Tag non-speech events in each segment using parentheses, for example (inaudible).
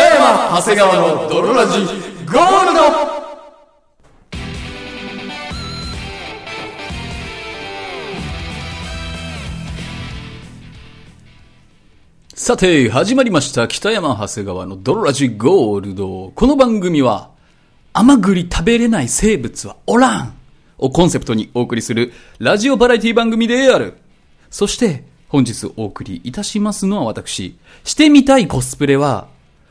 長谷川の泥ラジゴールドさて、始まりました。北山長谷川の泥ラジゴールド。この番組は、甘栗食べれない生物はおらんをコンセプトにお送りするラジオバラエティ番組である。そして、本日お送りいたしますのは私、してみたいコスプレは、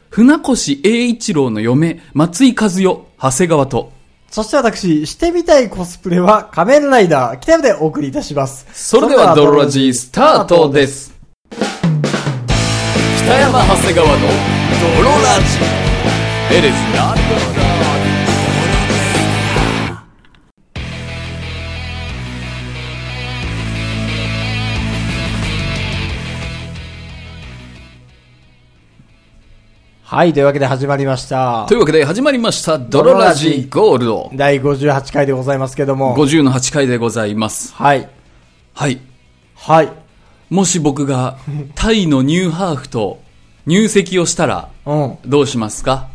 船越英一郎の嫁、松井和代、長谷川と、そして私、してみたいコスプレは仮面ライダー、北山でお送りいたします。それではドロラジースタートで。す。北山長谷川のドロラジー。エレスなはい、というわけで始まりましたと。いうわけで始まりました、ドロラジーゴールド。第58回でございますけども。 50の8回でございます。はい。はい。はい。もし僕がタイのニューハーフと入籍をしたらうん。どうしますか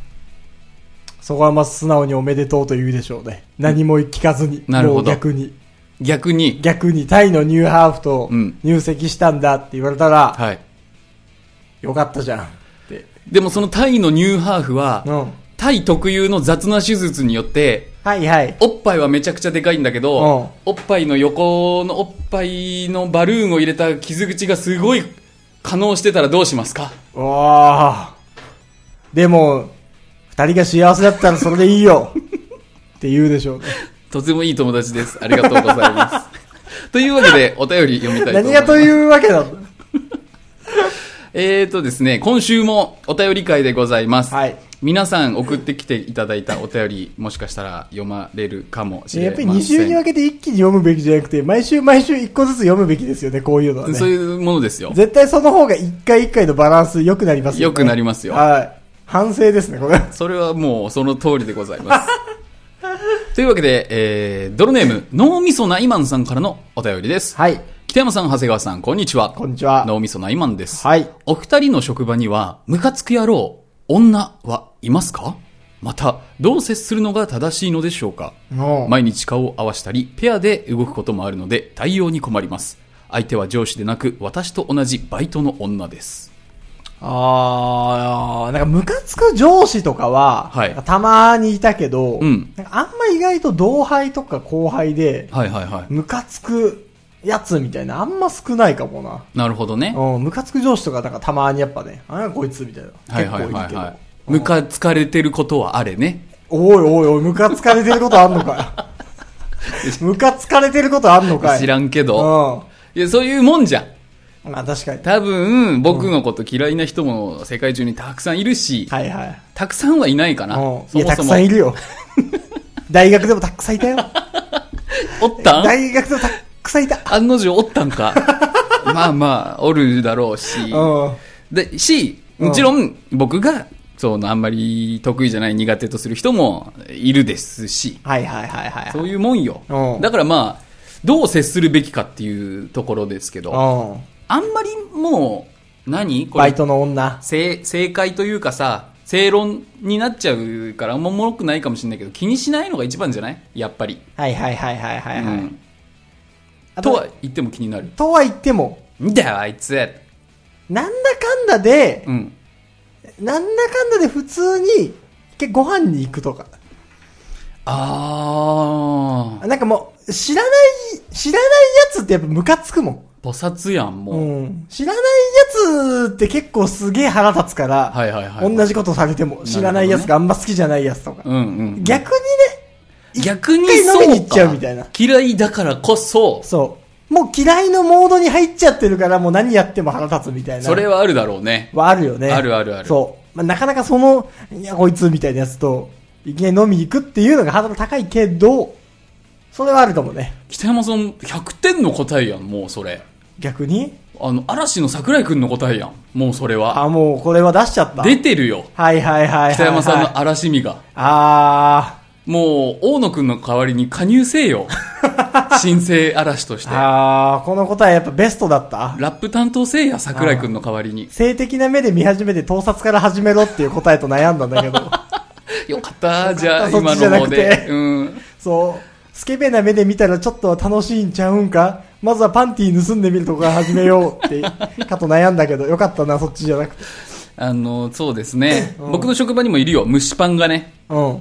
そこはまず素直におめでとうと言うでしょうね。何も聞かずに。なるほどもう逆に。逆に、逆にタイのニューハーフとうん入籍したんだって言われたら、はい。よかったじゃん。って。でもそのタイのニューハーフはう、ん。タイ特有の雑な手術によって、はいはい。おっぱいはめちゃくちゃでかいんだけど、おっぱいの横のおっぱいのバルーンを入れた傷口がすごい可能してたらどうしますかわあ。でも、二人が幸せだったらそれでいいよ。って言うでしょうね。とてもいい友達です。ありがとうござい (laughs) ます。というわけで、お便り読みたいと思何います。がというわけなんだえーとですね、今週もお便り会でございます。はい皆さん送ってきていただいたお便り、もしかしたら読まれるかもしれやっまぱせりん。 2週に分けて一気に読むべきじゃなくて、毎週毎週一個ずつ読むべきですよね、こういうのはそうね。いうものですよ。絶対その方が一回一回のバランス良くなりますよね。良くなりますよはい。反省ですね、これ。それはもうその通りでございます。 (laughs) というわけで、えー、ドロネーム、脳みそなイマンさんからのお便りです。はい。北山さん、長谷川さん、こんにちは。こんにちは。脳みそなイマンです。はい。お二人の職場には、ムカつく野郎、女はいますかまた、どう接するのが正しいのでしょうかの、毎日顔を合わしたり、ペアで動くこともあるので、対応に困ります。相手は上司でなく、私と同じバイトの女です。あー、なんかムカつく上司とかは、はいたまにいたけど、うんなんかあんま意外と同輩とか後輩で、はいはいはムカつくやつみたいな、あんま少ないかもな。い。なるほどね。うん、ムカつく上司とか、なんかたまにやっぱね、あなんかこいつみたいな。はい結はい構はいるいけはいど。。ムカつかれてることはあれね。おいおいおい、ムカつかれてることあんのかい。 (laughs) ムカつかれてることあんのかい。知らんけうど。いや、そういうもんじゃん。ん。まあ確かに。多分、僕のこと嫌いな人も世界中にたくさんいるし、はいはい。たくさんはいないかな。うそん。いもや、たそくもさんい。(laughs) るよ。大学でもたくさんいたよ。おったん大学でもたくさんいた。案の定おったんか。 (laughs) まあまあ、おるだろうし。うん。で、し、もちろん僕が、そのあんまり得意じゃない苦手とする人もいるですし、はいはいはいはい。そういうもんよう。んだからまあ、どう接するべきかっていうところですけど、うん。あんまりもう、何こバイれトの女。正、正解というかさ、正論になっちゃうから、あんまおもろくないかもしれないけど、気にしないのが一番じゃないやっぱり。はいはいはいはいはいはういん。あとは、言っても気になる。とは言っても、んだよ、あいつ。なんだかんだでう、ん。なんだかんだで普通に、けご飯に行くとか。あー。なんかもう、知らない、知らないやつってやっぱムカつくもん。菩薩やん、もう。うん。知らないやつって結構すげえ腹立つから、はいはいはい。同じことされても、知らないやつがあんま好きじゃないやつとか。うんうん。逆にね、逆に一回飲みに行っちゃそうかみたいな嫌いだからこそ、そう。もう嫌いのモードに入っちゃってるから、もう何やっても腹立つみたいな。それはあるだろうね。はあるよね。あるあるあるそう。まあ、なかなかその、いや、こいつみたいなやつと、いきなり飲みに行くっていうのがハードル高いけど、それはあるかもね。北山さん、100点の答えやん、もうそれ。逆にあの、嵐の桜井くんの答えやん、もうそれは。あ、もうこれは出しちゃった。出てるよ。はいはいはいはいはい。北山さんの嵐味が。あもう、大野くんの代わりに加入せ (laughs) よ。新生嵐として。ラあー、この答えやっぱベストだった。ップ担当せいや、桜井くんの代わりに。性的な目で見始めて盗撮から始めろっていう答えと悩んだんだけど。よかった、じゃあ、そっ今ちじゃのな方くてで。うん。そう。スケベな目で見たらちょっとは楽しいんちゃうんかまずはパンティー盗んでみるとこから始めようって、かと悩んだけど、よかったな、そっちじゃなくて。あの、そうですね。僕の職場にもいるよ、蒸しパンがね。う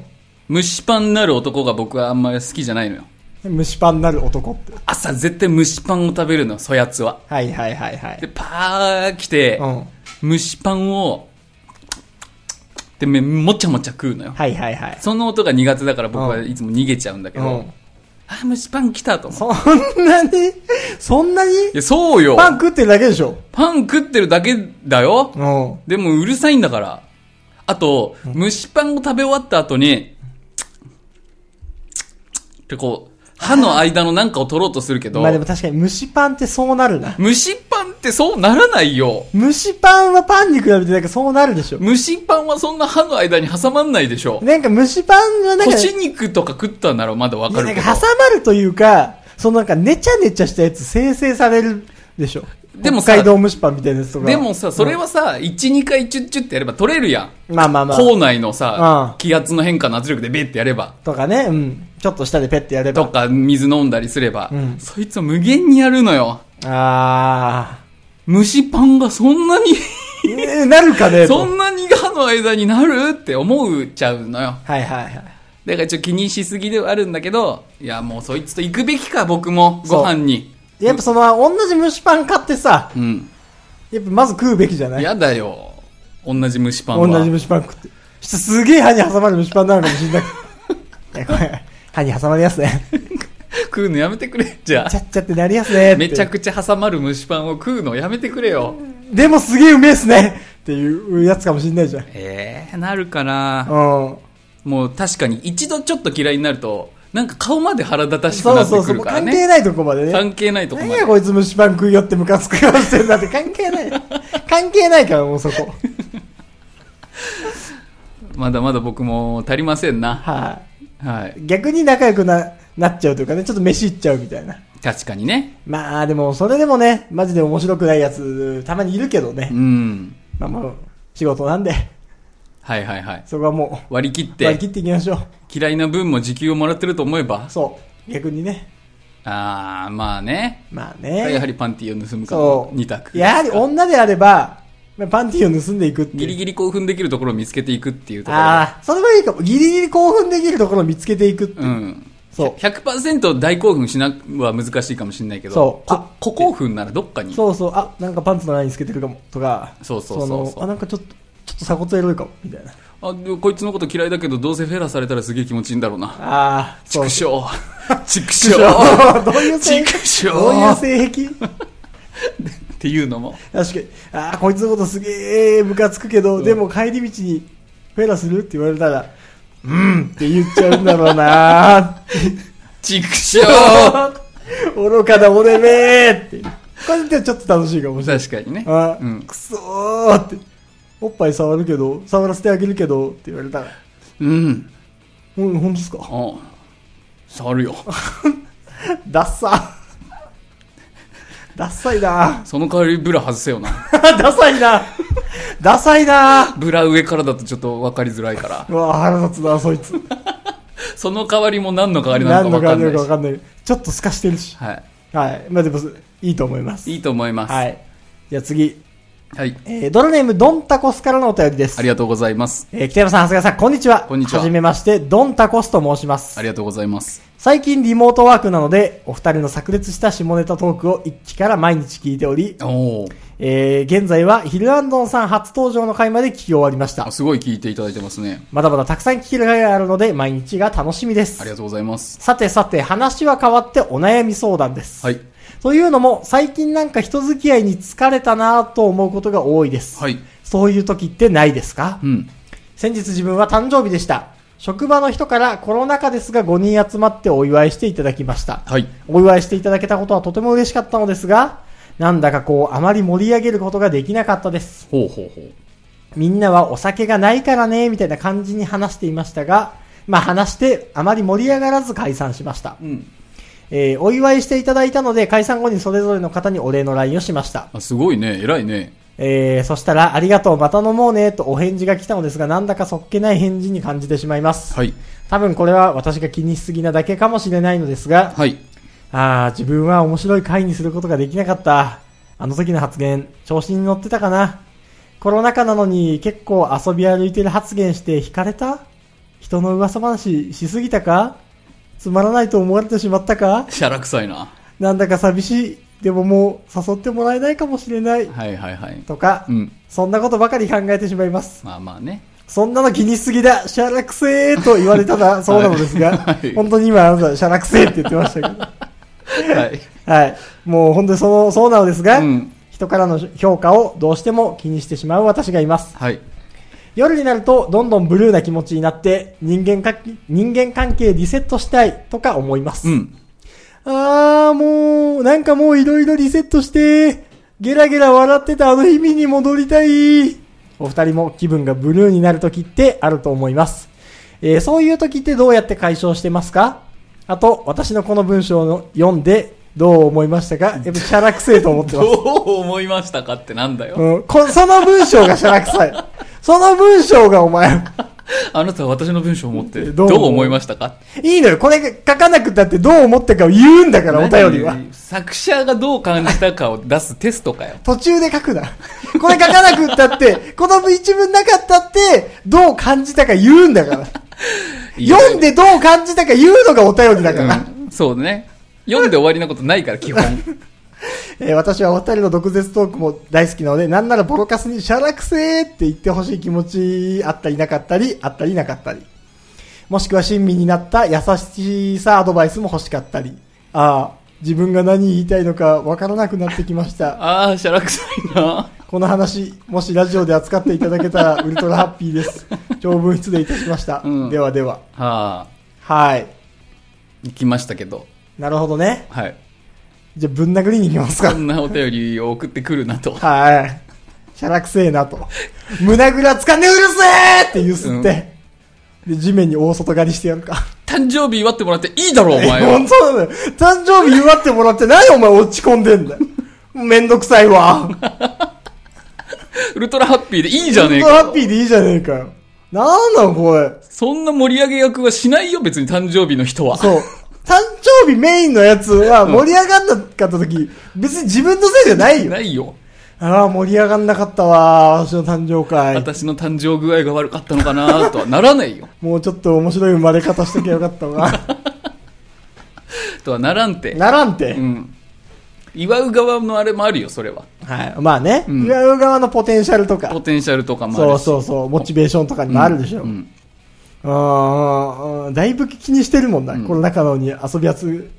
蒸しパンなる男が僕はあんまり好きじゃないのよ。ん。蒸しパンなる男って。朝絶対蒸しパンを食べるの、そやつは。はいはいはいはで、い。パー来て、うん。蒸しパンを、で、めもちゃもちゃ食うのよ。はいはいはい。その音が苦手だから僕はうんいつも逃げちゃうんだけうど、ん。あ、蒸しパン来たと思う。そんなにそんなにいや、そうよ。パン食ってるだけでしょパン食ってるだけだよ。うん。でもうるさいんだから。あと、蒸しパンを食べ終わった後に、ってこう、歯の間のなんかを取ろうとするけどまあ、でも確かに蒸しパンってそうなるな。蒸しパンってそうならないよ。蒸しパンはパンに比べてなんかそうなるでしょ。蒸しパンはそんな歯の間に挟まんないでしょ。なんか蒸しパンはなんか、腰肉とか食ったならまだわいかやるなんけどか。挟まるというか、そのなんかネチャネチャしたやつ生成されるでしょ。でもさ北海道蒸しパンみたいなやつとか。でもさ、それはさ、1、2回チュッチュってやれば取れるやん。うん、まあまあまあ。口内のさう、ん気圧の変化の圧力でベってやれば。とかね、うん。ちょっと下でペッてやれとば。か、水飲んだりすれば、うんそいつは無限にやるのよ。あ蒸しパンがそんなに、ー。えーなるかねと (laughs) そんなに歯の間になるって思うちゃうのよ。はいはいはい。だからちょっと気にしすぎではあるんだけど、いやもうそいつと行くべきか、僕も、ご飯に。やっぱその、同じ蒸しパン買ってさ、うん。やっぱまず食うべきじゃないやだよ。同じ蒸しパンは。同じ蒸しパン食って。そしてすげえ歯に挟まる蒸しパンなのかもしんない。 (laughs) いや、これ、歯に挟まりやすね。食うのやめてくれ。じゃちゃあ。っちゃってなりやすね。めちゃちくちゃ挟まる蒸しパンを食うのやめてくれよ。ゃ。でもすげえうめえっすねっていうやつかもしんないじゃん。えー、なるかなうん。もう確かに一度ちょっと嫌いになると、なんか顔まで腹立たしくそなうっそてうそくう。るもうから関ね。係ないとこまでね。関係ないとこ何までや。こいつ蒸しパン食いよってムカつく顔してんだって関係ない。関係ないからもうそこ。まだまだ僕も足りませんな。はい、はい。逆に仲良くな、なっちゃうというかね、ちょっと飯行っちゃうみたいな。確かにね。まあでも、それでもね、マジで面白くないやつ、たまにいるけどね。うん。まあもう、仕事なんで、はいはいはい。そこはも割り切っう、割て、り切っていきましょ嫌いな分も時給をもらってると思えばう。。そう。逆にね。あー、まあね。まあやはね。りパンティーを盗むかそのう。二択。やはり女であれば、まあパンティーを盗んでいくっていう。ギリギリ興奮できるところを見つけていくっていうところが。ああ、それはいいかも。ギリギリ興奮できるところを見つけていくっていうう。ん。そう100%大興奮しなは難しいかもしれないけど、そうこあ小興奮ならどっかに。そうそう、あ、なんかパンツのラインつけてるかも、とか。そうそうそうそうのあ、なんかちょっと、ちょっと鎖骨エロいかも、みたいな。ああ、でもこいつのこと嫌いだけど、どうせフェラされたらすげえ気持ちいいんだろうな。あー、そう畜。 (laughs) 生。畜生。どういう性畜生癖どういう性癖っていうのも。確かに。ああ、こいつのことすげえムカつくけど、でも帰り道に、フェラするって言われたら、うんって言っちゃうんだろうな畜生愚かな俺めーって。これでちょっと楽しいかもしれない。確かにね。あ、うんくそーって。おっぱい触るけど、触らせてあげるけど、って言われたら。うん。うん、本当です (laughs) かあ触るよ。ダッサ (laughs) ダッサ (laughs) いなその代わりブラ外せよ (laughs) な。ダサいなダサいなブラ上からだとちょっと分かりづらいから。うわ腹立つな、そいつ。その代わりも何の代わりな何ののか分感かじんなのなかい分し。かんない。ちょっと透かしてるし。ははい。まあでも、いいと思います。い。いいと思います。はい。じゃあ次。はい。えー、ドラネーム、ドンタコスからのお便りです。ありがとうございます。えー、北山さん、長谷川さん、こんにちは。こんにちははじめまして、ドンタコスと申しますあ。りがとうございます。最近リモートワークなので、お二人の炸裂した下ネタトークを一期から毎日聞いており、おお。えー、現在はヒルアンドンさん初登場の回まで聞き終わりましたあ。すごい聞いていただいてますね。まだまだたくさん聞ける回があるので、毎日が楽しみであすり。がとうございます。さてさて、話は変わってお悩み相談です。はい。というのも、最近なんか人付き合いに疲れたなぁと思うことが多いです。はい。そういう時ってないですかうん。先日自分は誕生日でした。職場の人からコロナ禍ですが5人集まってお祝いしていただきました。はい。お祝いしていただけたことはとても嬉しかったのですが、なんだかこう、あまり盛り上げることができなかったです。ほうほうほう。みんなはお酒がないからね、みたいな感じに話していましたが、まあ話して、あまり盛り上がらず解散しました。うん。えーお祝いしていただいたので、解散後にそれぞれの方にお礼の LINE をしました。あ、すごいね。偉いね。えー、そしたら、ありがとう、また飲もうね、とお返事が来たのですが、なんだかそっけない返事に感じてしまいます。はい。多分これは私が気にしすぎなだけかもしれないのです (laughs) が、はい。あー、自分は面白い回にすることができなかった。あの時の発言、調子に乗ってたかな。コロナ禍なのに結構遊び歩いてる発言して惹かれた人の噂話しすぎたかつまらないと思われてしまったかシャラ臭いな。なんだか寂しい。でももう誘ってもらえないかもしれない。はいはいはい。とか、うん。そんなことばかり考えてしまいます。まあまあね。そんなの気にしすぎだシャラくせーと言われたらそうなのですが、はい本当に今あなた、シャラくせーって言ってましたけど。はい。はい。もう本当にその、そうなのですが、うん。人からの評価をどうしても気にしてしまう私がいます。はい。夜になるとどんどんブルーな気持ちになって、人間か、人間関係リセットしたいとか思います。うん。あーもう、なんかもういろいろリセットして、ゲラゲラ笑ってたあの日々に戻りたい。お二人も気分がブルーになる時ってあると思います。えーそういう時ってどうやって解消してますかあと、私のこの文章を読んで、どう思いましたかやっぱシャラくせえと思ってます (laughs) ど。う思いましたかってなんだよ。うん、こその文章がシャラくさい。その文章がお前、あなたは私の文章を持ってどどうう思う思いましたかいいのよ。これ書かなくたってどう思ったかを言うんだから、お便りは。何作者がどう感じたかを出すテストかよ。途中で書くな。 (laughs) これ書かなくったって、この一文なかったって、どう感じたか言うんだから。読んでどう感じたか言うのがお便りだから。うんそうね。読んで終わりなことないから、基 (laughs) 本。えー私はお二人の毒舌トークも大好きなので、なんならボロカスにシャラくせーって言ってほしい気持ちあったりなかったり、あったりなかったり。もしくは親身になった優しさアドバイスも欲しかったり。ああ、自分が何言いたいのかわからなくなってきました。ああ、しゃらくさいな。この話、もしラジオで扱っていただ (laughs) けたらウルトラハッピーです。長文失礼いたしました。うんではでは。はあ、はい。行きましたけど。なるほどね。はい。じゃあぶん殴りに行きますかこ。んなお便りを送ってくるなと。はい。シャラくせえなと。胸ぐらつかんでうるせえってゆすって、で、地面に大外刈りしてやるか。誕生日祝ってもらっていいだろ、お前 (laughs) 本は。当なのよ。誕生日祝ってもらって何お前落ち込んでんだよ。めんどくさいわ。ウルトラハッピーでいいじゃねえほんとハッか。ピーでいいじゃねえかよ。なんなのこれ。そんな盛り上げ役はしないよ、別に誕生日の人は。そう。誕生日メインのやつは盛り上がんなかった時、別に自分のせいじゃないよな。いよ。ああ、盛り上がんなかったわ。私の誕生会。私の誕生具合が悪かったのかなとはならないよ。 (laughs) もうちょっと面白い生まれ方しときゃよかったわ。とはならんて。ならんて。うん。祝う側のあれもあるよ、それは。はい。まあね、うん岩浦側のポテンシャルとかポ、テンシャルとかもあるそうしそうそう、モチベーションとかにもあるでしょ。ううんうんん、うんだいぶ気にしてるもんな、うんこの中のに遊びやつ、遊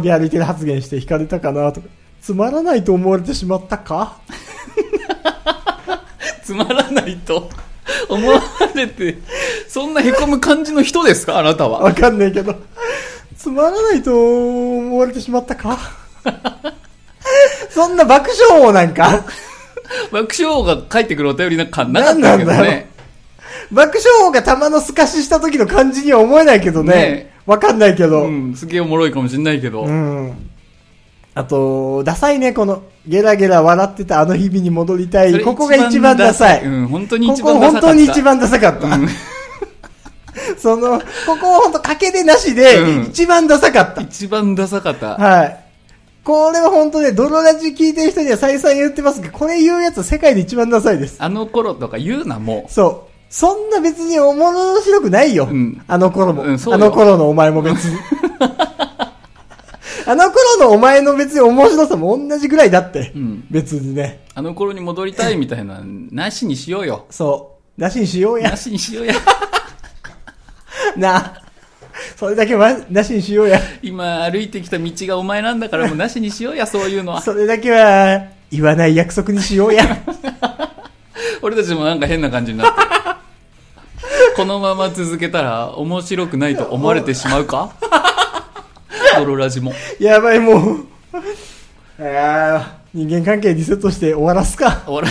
び歩いてる発言して惹かれたかなとか、つまらないと思われてしまったかつまらないと (laughs) 思われて、そんな凹む感じの人ですかあなたは。わかんないけど、つまらないと思われてしまったか (laughs) そんな爆笑王なんか、爆笑王が書いてくるお便りなんかなかったけどなんなんだろね。爆笑王が玉のすかしした時の感じには思えないけどねね、わ、かんないけど。うん、すげえおもろいかもしんないけど。うん。あと、ダサいね、この、ゲラゲラ笑ってたあの日々に戻りたそい。れここが一番ダサい。うん、本当にこ一こ番ダサか本った。当に一番ダサかった。うんその、ここ本当賭けでなしで、うん一番ダサかった。一番ダサかった。はい。これは本当ね、泥ラジ聞いてる人には再三言ってますけど、これ言うやつ世界で一番ダサいです。あの頃とか言うな、もそう。そんな別に面白くないよ。うんあの頃も、うんそうあよの頃のお前も (laughs) 別に。あの頃のお前の別に面白さも同じぐらいだって。うん別にねう。。あの頃に戻りたいみたいな、なしにしよう (laughs) よ。そう。なしにしようなや。しにしようや。なあ。それだけは、なしにしようや。今歩いてきた道がお前なんだからもう (laughs) なしにしようや、そういうのは。それだけは、言わない約束にしようや。俺たちもなんか変な感じになって (laughs) るこのまま続けたら面白くないと思われてしまう (laughs) かドロラジもやばい、もう。ああ、人間関係リセットして終わらすか。終わら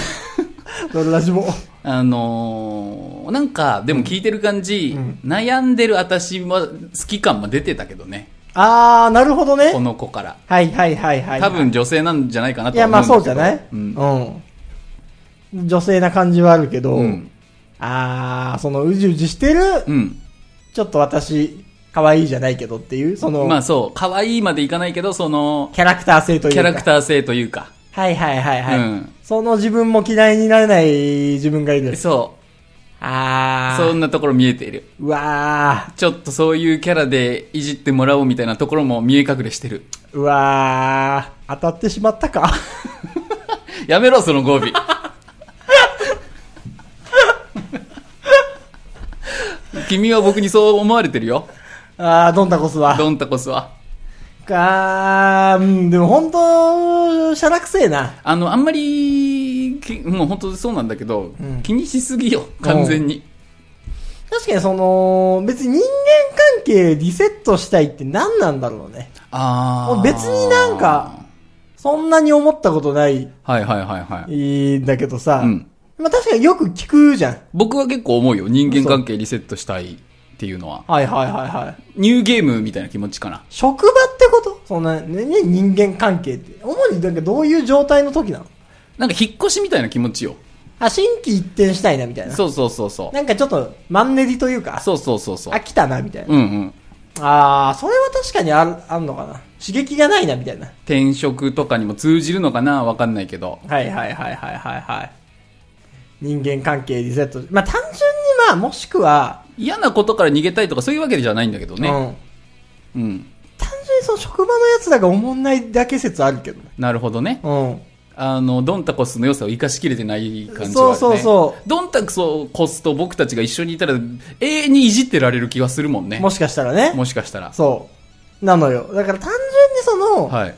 ドルラジも。あのーなんか、でも聞いてる感じ、うん悩んでる私は好き感も出てたけどね。あー、なるほどねこ。の子から。はいはいはいはい。多分女性なんじゃないかなといや、まあそうじゃない、ううんん、女性な感じはあるけど、うんあー、そのうじうじしてる、うん。ちょっと私、可愛いじゃないけどっていう、その、まあそう、可愛いまでいかないけど、その、キャラクター性というキか。ャラクター性というか。はいはいはいはい、うんその自分も嫌いになれない自分がいる。そあう。ー。そんなところ見えている。うわちょっとそういうキャラでいじってもらおうみたいなところも見え隠れしてる。 (laughs) ー。うわー。当たってしまったか。 (laughs) やめろ、その語尾。 (laughs) 君は僕にそう思われてるよ。あー、どんたこすわ。ドンタコスは。かー、うん、でも本当しゃらくせえな。あの、あんまり、きもう本当そうなんだけど、うん気にしすぎよ、完全に。確かにその、別に人間関係リセットしたいって何なんだろうね。ああ。もう別になんか。そんなに思ったことないはいはいはいはい。んだけどさ、うんまあ確かによく聞くじゃん。僕は結構思うよ。人間関係リセットしたいっていうのは。はいはいはいはい。ニューゲームみたいな気持ちかな。職場ってことそんな、ね、ね人間関係って。主になんかどういう状態の時なのなんか引っ越しみたいな気持ちよ。あ、新規一転したいなみたいな。そうそうそうそう。なんかちょっとマンネリというか、そうそうそうそう飽。きたなみたいな。うんうん。ああ、それは確かにある、あんのかな。刺激がないなみたいな。転職とかにも通じるのかなわかんないけど。はいはいはいはいはいはい。人間関係リセット。まあ単純にまあもしくは、嫌なことから逃げたいとかそういうわけじゃないんだけどうんね。。うん。単純にその職場のやつらが思んないだけ説あるけどね。なるほどね。うあの、ドンタコスの良さを生かしきれてない感じがある、ね。。そうそうそうドンタコスと僕たちが一緒にいたら永遠にいじってられる気がするもんね。ん。ももしかしたらね。しかしたら。そう。なのよ。だから単純にその、はい。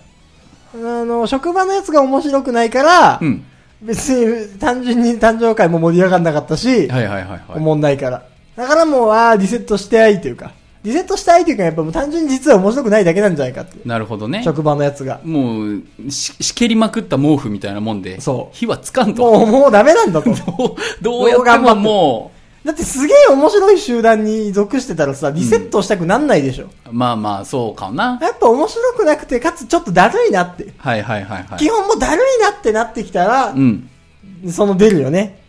あの、職場のやつが面白くないから、うん。別に単純に誕生会も盛り上がんなかったし、はいはいはいはい。思んないから。だからもう、ああ、リセットしたいというか、リセットしたいというか、やっぱもう単純に実は面白くないだけなんじゃないかっていう。なるほどね。職場のやつが。もうし、しけりまくった毛布みたいなもんで、そう火はつかんと。もう、もうダメなん (laughs) だと。どうどうやってももだってすげえ面白い集団に属してたらさ、リセットしたくなんないでしょ。う、まあまあ、そうかな。やっぱ面白くなくて、かつちょっとだるいなって。はいはいはいは基い。本もうだるいなってなってきたらう、ん。その出るよね。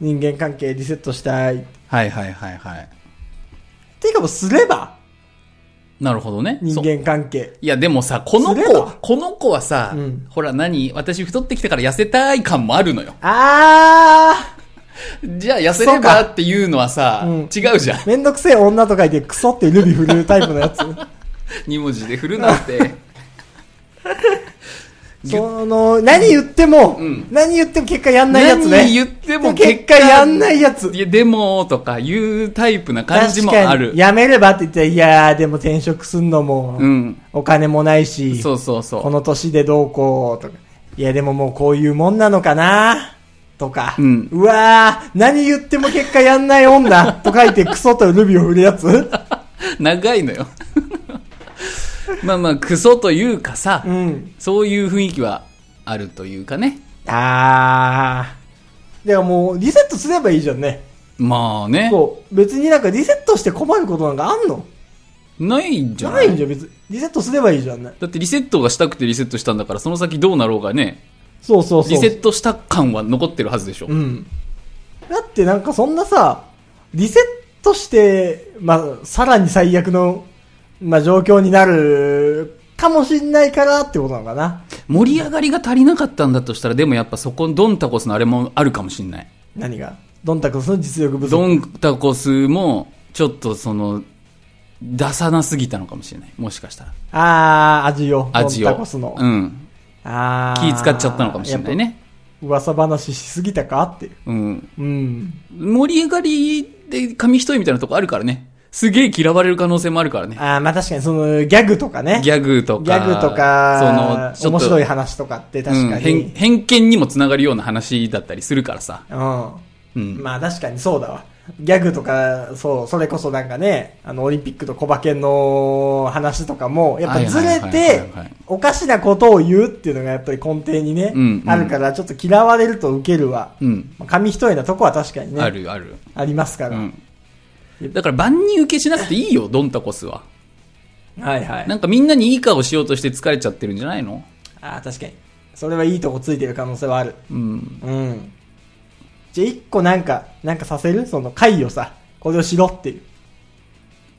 人間関係リセットしたい。っはいはいはいはい。ていうかもうすれば、なるほどね。人そう間関係。いや、でもさ、このすれ子ば、この子はさ、うんほら何私太ってきたから痩せたい感もあるのよ。あじゃあ痩せれそうばかっていうのはさ、うん違うじゃん。 (laughs) ー、めんどくせえ女と書いてクソってルビ振るタイプのやつ。二文字で振るなんて。その、何言っても、うん何言っても結果やんないやつね。何言っても結果やんないやつ。いや、でも、とかいうタイプな感じもあ確かるに。辞めればって言ったら、いやー、でも転職すんのも、うん。お金もないし、そうそうそう。この年でどうこうとか、いや、でももうこういうもんなのかなとか、うんわー、何言っても結果やんな (laughs) い女と書いてクソとルビを振るやつ長いのよ。 (laughs) まあまあ、クソというかさ、うん。そういう雰囲気はあるというかね。あー。でももう、リセットすればいいじゃんね。まあね。そう。別になんかリセットして困ることなんかあんのないんじじゃゃなないいんじゃん、別に。リセットすればいいじゃんね。だってリセットがしたくてリセットしたんだから、その先どうなろうがね、そうそうそう。リセットした感は残ってるはずでしょ。うん。だってなんかそんなさ、リセットして、まあ、さらに最悪の、まあ、状況になるかもしんないからってことなのかな。盛り上がりが足りなかったんだとしたら、でもやっぱそこ、ドンタコスのあれもあるかもしんない。何が。ドンタクスの実力不ド足。ンタコスも、ちょっとその、出さなすぎたのかもしれない。もしかしたら。あー、味を。味ドンを。タコスの。うん。あー気使っちゃったのかもしれない。やっね。ぱ噂話しすぎたかっていう。うん。うん。盛り上がりで紙一重みたいなとこあるからね。すげえ嫌われる可能性もあるからね。あー、まあ確かにその、ギャグとかね。ギャグとか。ギャグとか、その、面ちょっと白い話とかって確うかん偏に。偏見にもつながるような話だったりするからさ。うん。うん。まあ確かにそうだわ。ギャグとか、そう、それこそなんかね、あの、オリンピックと小馬券の話とかも、やっぱずれはいはいはいてはいはい、おかしなことを言うっていうのがやっぱり根底にね、うんうんあるから、ちょっと嫌われると受けるは、うん。まあ紙一重なとこは確かにね、あるある。ありますかうら。ん。だから万人受けしなくていいよ、ドンタコスは。はいはい。なんかみんなにいい顔しようとして疲れちゃってるんじゃないのああ、確かに。それはいいとこついてる可能性はある。うん。うん。じゃあ一個なんか、なんかさせるその会をさ、これをしろっていう。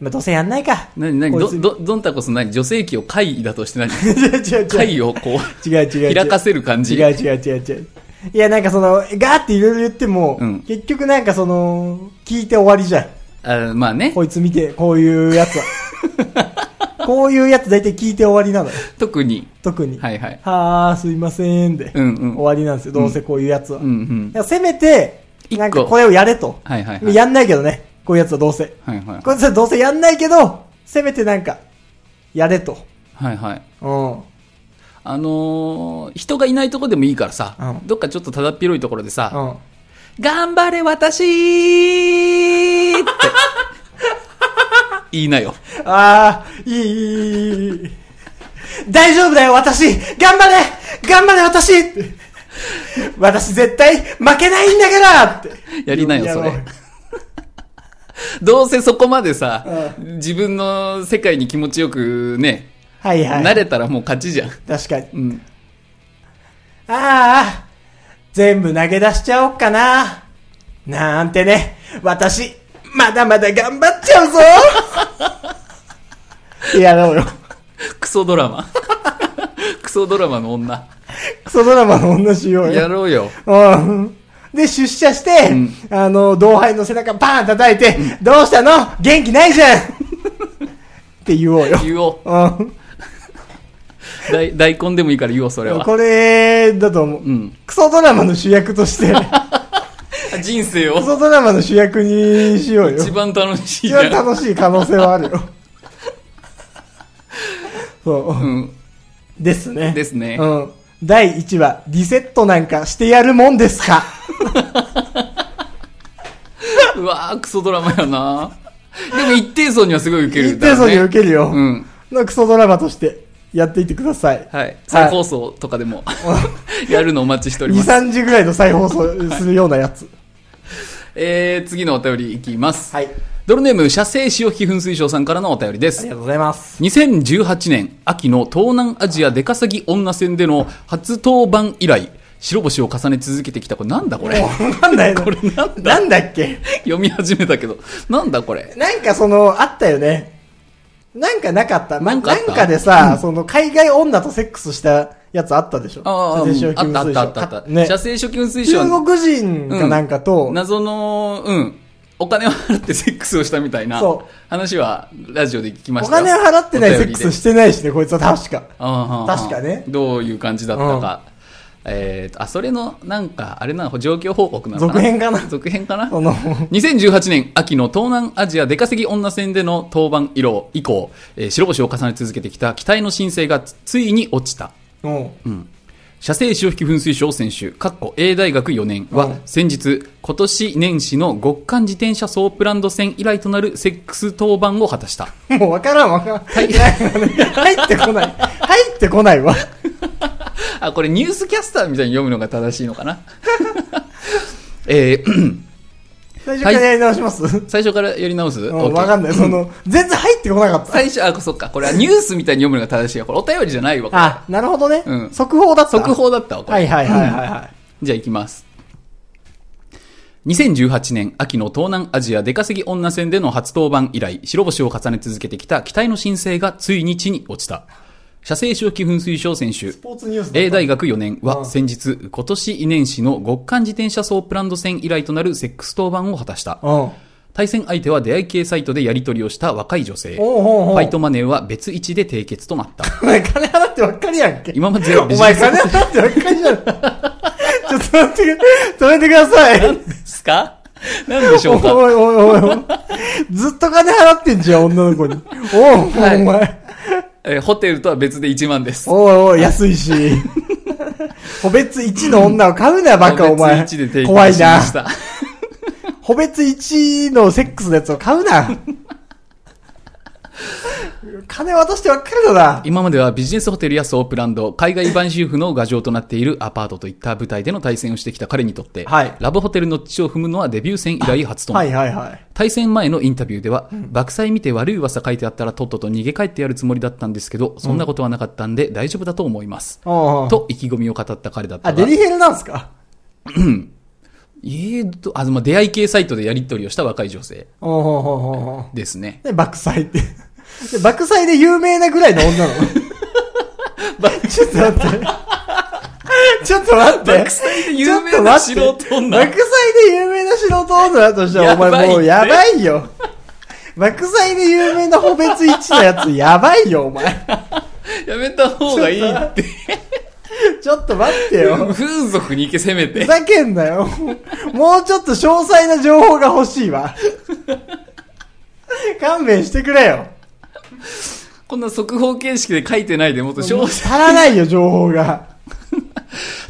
まあ、どうせやんないか。なになにこいど、つど、ドンタコス何女性器を会だとして何 (laughs) 違う違う違う。会をこ違う違う違う、う。開かせる感じ。違う違う違う違う。いや、なんかその、ガーっていろいろ言っても、うん結局なんかその、聞いて終わりじゃん。あまあね。こいつ見て、こういうやつは。 (laughs) こういうやつ大体聞いて終わりなのよ。特に。特に。はいはい。はー、すいませんで、うんうん終わりなんですよ。どうせこういうやつは。うんうんい。やせめて、一個なんかこれをやれと。はいはいはい。やんないけどね。こういうやつはどうせ。はいはい。こいつはどうせやんないけど、せめてなんか、やれと。はいはい。うん。あのー人がいないとこでもいいからさ、うんどっかちょっとただっ広いところでさ、うん。頑張れ私 (laughs) って言いなよ。あー、いい、いい、いい、いい。大丈夫だよ、私頑張れ頑張れ、私って私絶対負けないんだからって。やりなよ、そやろうれ。どうせそこまでさ、自分の世界に気持ちよくね、はいはい。慣れたらもう勝ちじゃん。確かに。うん。ああ、全部投げ出しちゃおっかな。なんてね、私、まだまだ頑張っち (laughs) ゃうぞやろうよ。クソドラマ。 (laughs) クソドラマの女。クソドラマの女しようやよ。ろうよ。うん。で、出社して、あの、同輩の背中バーン叩いて、どうしたの元気ないじゃんって言おうよ。言おう。うん。大大根でもいいから言おう、それは。これ、だと思う。うん。クソドラマの主役と (laughs) して、人生クをソドラマの主役にしようよ。一番楽しい一じゃ番ん。楽しい可能性はある (laughs) よ。そう、うん。ですね。ですねうん。第1話、リセットなんかしてやるもんですかうわー、クソドラマやなでも一定層にはすごい受ける一だろ定うね。層に受けるよ。うん。のクソドラマとしてやっていってください。はい。再放送とかでも、やるのお待ちしており2、ます。 3時ぐらいの再放送するようなやつ。えー、次のお便りいきます。はい。ドルネーム、写生塩吹粉水晶さんからのお便りであすりが。とうございます。 2018年秋の東南アジア出稼ぎ女戦での初登板以来、白星を重ね続けてきた。これなんだこれもう、なんだ (laughs) よ。これなんだなんだっけ読み始めたけど。なんだこれなんかその、あったよね。なんかなかった。なんかあったでさ、その、海外女とセックスしたやつあったでしょああ、うん写真集あったあったあったあった。ね写。生塩吹粉水晶は中国人かなんかと、謎の、うん。お金を払ってセックスをしたみたいなそう話はラジオで聞きまおしたよ金を払ってないセックお便スりでしてないしね、こいつは確か。ああ確かねどういう感じだったか。えーと、あ、それの、なんか、あれなの、状況報告なのかな続編かな続編かなその、 2018年秋の東南アジア出稼ぎ女戦での登板以降、以降えー白星を重ね続けてきた期待の申請がつついに落ちた。うん。射精潮吹き噴水賞選手、かっこ A 大学4年うんは、先日、今年年始の極寒自転車ソープランド戦以来となるセックス登板を果たした。もうわからんわからん。はい。入ってこない。入ってこないわ。あ、これニュースキャスターみたいに読むのが正しいのかな (laughs) えー最初からやり直します、最初からやり直すうん OK わかんない。その、全然入ってこなかった。最初、あ、そっか、これはニュースみたいに読むのが正しいよ。これお便りじゃないわ、これあ、なるほどね。うん速報だった。速。報だったわ、これ。はいはいはいはいはじゃあ行きます。2018年秋の東南アジア出稼ぎ女戦での初登板以来、白星を重ね続けてきた期待の新星がついに地に落ちた。射精小気粉水晶選手い。ス、ポーツニュースだった A 大学4年うはん先日、今年年始の極寒自転車ソープランド戦以来となるセックス登板を果たした。うん。対戦相手は出会い系サイトでやり取りをした若い女性。おうおうおうファイトマネーは別一で締結となった。お前金払ってばっかりやんけ。今まで全部おビジ前ネス金払ってばっかりじゃん。ちょ (laughs) っと待ってく、止めてください。ですかなんでしょうかおいおいおいおい。ずっと金払ってんじゃん、女の子に。おう、はいお前。えーホテルとは別で1万です。おいおい、安いし。個別1の女を買うな、バカ、お前別一で提。供怖いしなま。した。個別1のセックスのやつを買う (laughs) な。金渡してばっかりだな。今まではビジネスホテルやソープランド、海外版主婦の牙城となっているアパートといった舞台での対戦をしてきた彼にとって、はいラブホテルの地を踏むのはデビュー戦以来初となるはいはいはい。対戦前のインタビューでは、爆災見て悪い噂書いてあったらとっとと逃げ帰ってやるつもりだったんですけど、そんなことはなかったんで大丈夫だと思います。おうおうと意気込みを語った彼だっあ、たデが、リヘルなんすかええと、あまあ、出会い系サイトでやり取りをした若い女性おうおうおうおうおうですね。で、爆災って。で爆災で有名なぐらいの (laughs) 女なのちょっと待って。ちょっと待って。爆災で有名な素人女ちょっと待って爆災で有名な素人女だとしたら、やおばいって前もうやばいよ。爆災で有名な補別一のやつ、やばいよ、お前。やめた方がいいって。ちょっと待ってよ。風俗に行け、せめふて。ざけんなよ。もうちょっと詳細な情報が欲しいわ。勘弁してくれよ。こんな速報形式で書いてないでもっと詳細足らないよ、情報が。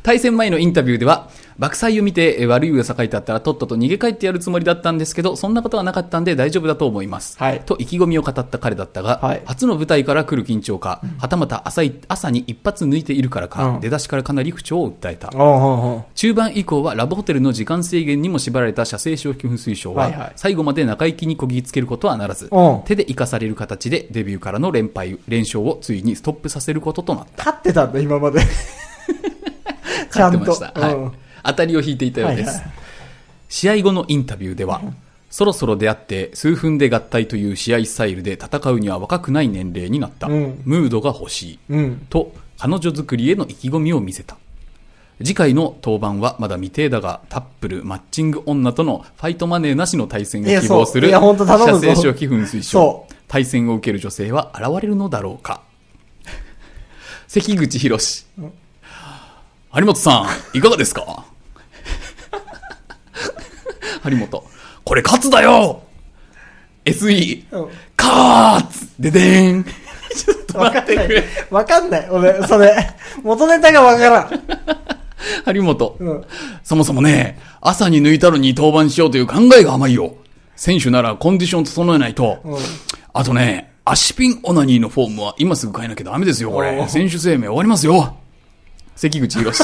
対戦前のインタビューでは、爆災を見てえー悪い噂書いてあったらとっとと逃げ帰ってやるつもりだったんですけど、そんなことはなかったんで大丈夫だと思います。はいと意気込みを語った彼だったが、はい初の舞台から来る緊張か、はたまた朝い朝に一発抜いているからか、うん出だしからかなり不調を訴えた。おうおうおう中盤以降はラブホテルの時間制限にも縛られた射精消費噴水賞はいはいは、最後まで中行きにこぎつけることはならずうん、手で生かされる形でデビューからの連敗、連勝をついにストップさせることとなった。勝ってたんだ、今まで。勝っちゃてんまと。した。はいうん当たりを引いていたようです。はいはい試合後のインタビューでは、そろそろ出会って数分で合体という試合スタイルで戦うには若くない年齢になった。うんムードが欲しい。うん。と、彼女作りへの意気込みを見せた。次回の登板はまだ未定だが、タップル、マッチング女とのファイトマネーなしの対戦を希望する、いやそういや本当頼むぞ射精消費噴水そ賞。対戦を受ける女性は現れるのだろうか。関口博士。有本さん、いかがですか (laughs) 有本、これ勝つだよ !SE、うん勝つででーんちょっとわ待かっんてなくいれ。。わかんない。俺、それ。元ネタがわからん。張本、うんそもそもね、朝に抜いたのに登板しようという考えが甘いよ。選手ならコンディション整えないと。んあとね、足ピンオナニーのフォームは今すぐ変えなきゃダメですよ、こおれ。う選手生命終わりますよ。関口博士。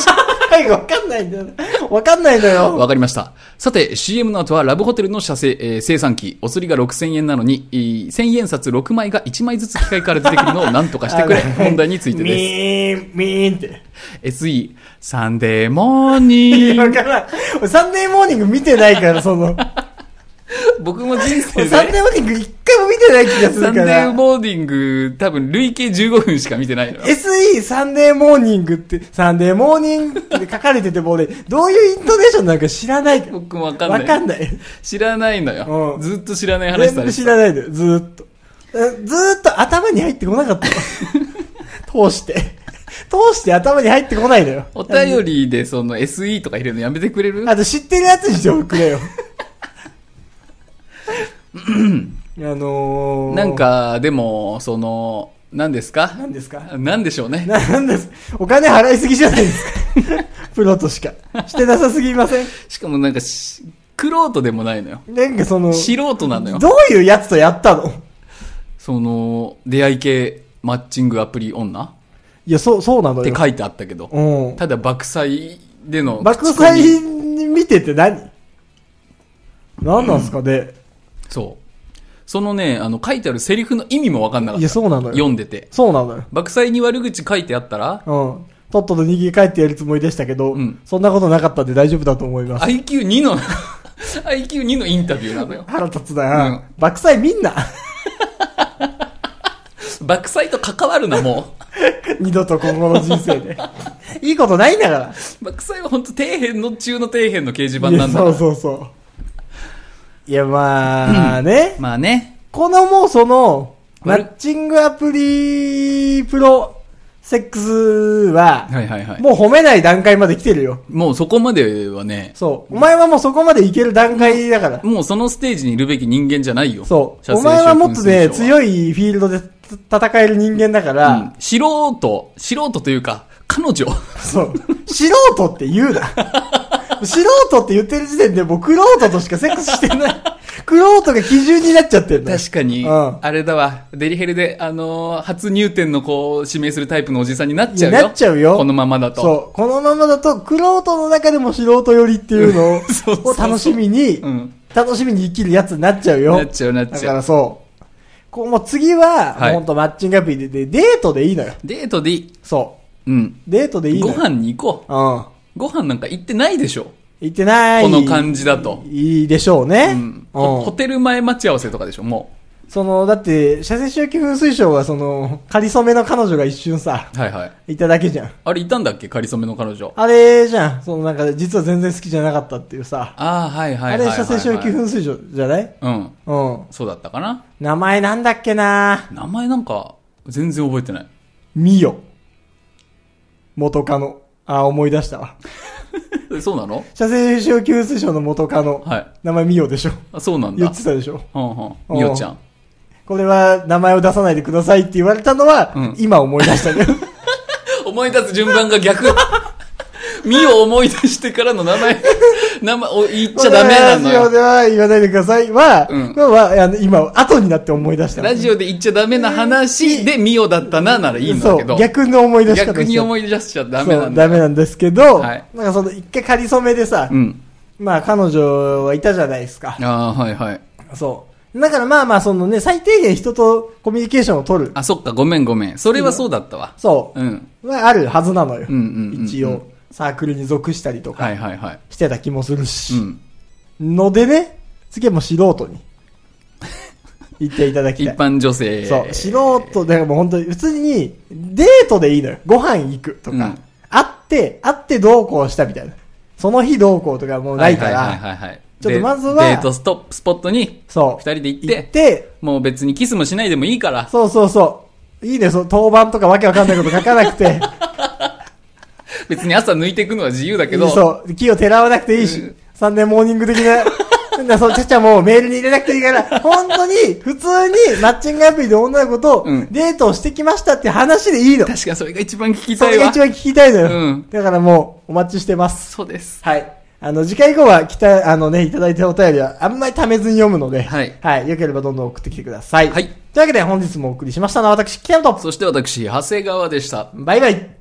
はい、わかんないんだよ。わかんないのよ。 (laughs) わかりました。さて、CM の後はラブホテルの社製、えー生産機、お釣りが6000円なのに、えー1000円札6枚が1枚ずつ機械から出てくる (laughs) のを何とかしてくれあ。の問題についてミでーン、ミーンって。す。SE、サンデーモーニいやーわからん。俺、サンデーモーニング見てないから、その。僕も人生俺で。サンデーモーニング一回も見てない気がすサるンかデーら。ボーディング、多分累計15分しか見てないのよ。 SE サンデーモーニングって、サンデーモーニングって書かれてても (laughs) 俺、どういうイントネーションなんか知らないから。僕もわかんない。わかんない。知らないのよ。うんずっと知らない話全さ部れ知てらないで、ずーっと。えずーっと頭に入ってこな (laughs) かったの通して。通して頭に入ってこないのよ。お便りでその SE とか入れるのやめてくれるあと知ってるやつにしてく (laughs) れよ。あのー、なん、か、でも、その、何ですか何ですか何でしょうね。な (laughs) なんですお金払いすぎじゃないですか (laughs) プロとしか。してなさすぎませんしかもなんかし、クロートでもないのよ。なんかその、素人なのよ。どういうやつとやったのその、出会い系マッチングアプリ女っいや、そう、そうなのてよ。書いてあったけど、うん。ただ爆災での口コミ。爆災見てて何何なんすかね、そう。そのね、あの、書いてあるセリフの意味もわかんなかった。いやそうなのよ読んでて。そうなのよ。爆災に悪口書いてあったら、うん。とっとと逃げ帰ってやるつもりでしたけど、うんそんなことなかったんで大丈夫だと思います。 IQ2 の、IQ2 のインタビューなのよ。腹立つな、うん爆災みんな (laughs) 爆災と関わるな、も二度と今後の人生 (laughs) で。いいことないんだから。う。爆災は本当底辺の中の底辺の掲示板なんだいかやら。そうそうそう。いや、まあね。 (clears throat) まあね。このもうその、マ悪いッチングアプリプロセックスは、はいはいはい。もう褒めない段階まで来てるよ。もうそこまではね、そう。お前はもうそこまでいける段階だから。もうそのステージにいるべき人間じゃないよ。そう。射精お前はもっとね、職務推奨は強いフィールドで戦える人間だかうらん、素 (laughs) 人、素人というか、彼女。 (laughs) そう。素人って言うな。素人って言ってる時点でもうクロートとしかセックスしてない。クロートが基準になっちゃってるの。確かに、うんあれだわ、デリヘルで、あのー初入店の子を指名するタイプのおじさんになっちゃうよ。なっちゃうよこのままだと。そう。このままだと、クロートの中でも素人寄りっていうのを (laughs) そうそうそうを楽しみに、うん楽しみに生きるやつになっちゃうよ。なっちゃうなっちゃうだからそう。こうもう次はは、いもうほんとマッチングアプリでで、デートでいいのよ。デートでいい。そうん。う。デートでいいのごよ。飯に行こう。うん。ご飯なんか行ってないでしょ。行ってない。この感じだといいでしょうね。ううんん。ホホテル前待ち合わせとかでしょ、もその、だって、射精周期風水賞はその、仮初めの彼女が一瞬さ、う。はいはい。いただけじゃん。あれ、いたんだっけ仮初めの彼女。あれじゃん。そのなんか、実は全然好きじゃなかったっていうさ。ああ、はいはいはいはい、はい。あれ、射精周期風水賞じゃないうん。うん。そうだったかな。名前なんだっけな名前なんか、全然覚えてない。ミヨ。元カノ。あ、思い出したわ。え (laughs) そうなの射精周期風水賞の元カノ。はい。名前ミヨでしょ。あそうなん言だっ。てたでしょ。うんうん。みよちゃん。これは名前を出さないでくださいって言われたのは、うん今思い (laughs) 出したね。思い出す順番が逆。 (laughs) みを思い出してからの名前、 (laughs) 名前を言っちゃダメなのラジオよ。では言わないでくださいは、うんこれはあの今、後になって思い出したの。ラジオで言っちゃダメな話でみをだったな、ならいいんだけそどう、。逆の思い出し方逆にい思い出しちゃダ出メなんだダよ。メなんですけど、はいなんかその一回仮初めでさ、うん。まあ彼女はいたじゃないですか。ああー、はいはい。そう。だからまあまあそのね、最低限人とコミュニケーションを取る。あ、そっか、ごめんごめん。それはそうだったわ。そう。うん。はあるはずなのよ。うんうんうんうん一応、サークルに属したりとかはいはいはい。してた気もするうし。ん。のでね、次はもう素人に行っていただき一たい。般女性。そう、素人でもう本当に、普通に、デートでいいのよ。ご飯行くとか、うん会って、会ってどうこうしたみたいな。その日どうこうとかもうないから、はいはいはいはいはい。ちょっとでまずはデートストップスポットに、そう。二人で行って行って、もう別にキスもしないでもいい (laughs) から、そうそうそう。いいね、その当番とかわけわかんないこと書かなくて。別に朝抜いていくのは自由だけど、そう、木をてらわなくていいし、3年モーニング的 (laughs) な。なそう、ちゃちゃもメールに入れなくていいから、本当に、普通にマッチングアプリで女の子とうんデートをしてきましたって話でいいの。確かにそれが一番聞きそたいれがわ。一そう番聞きたいのよ。うんだからもう、お待ちしてます。です。はい。あの、次回以降は、来た、あのね、いただいたお便りは、あんまり溜めずに読むので、はいよければどんどん送ってきてください。はいというわけで、本日もお送りしましたのは、私、北山と、そして私、長谷川でした。バイバイ。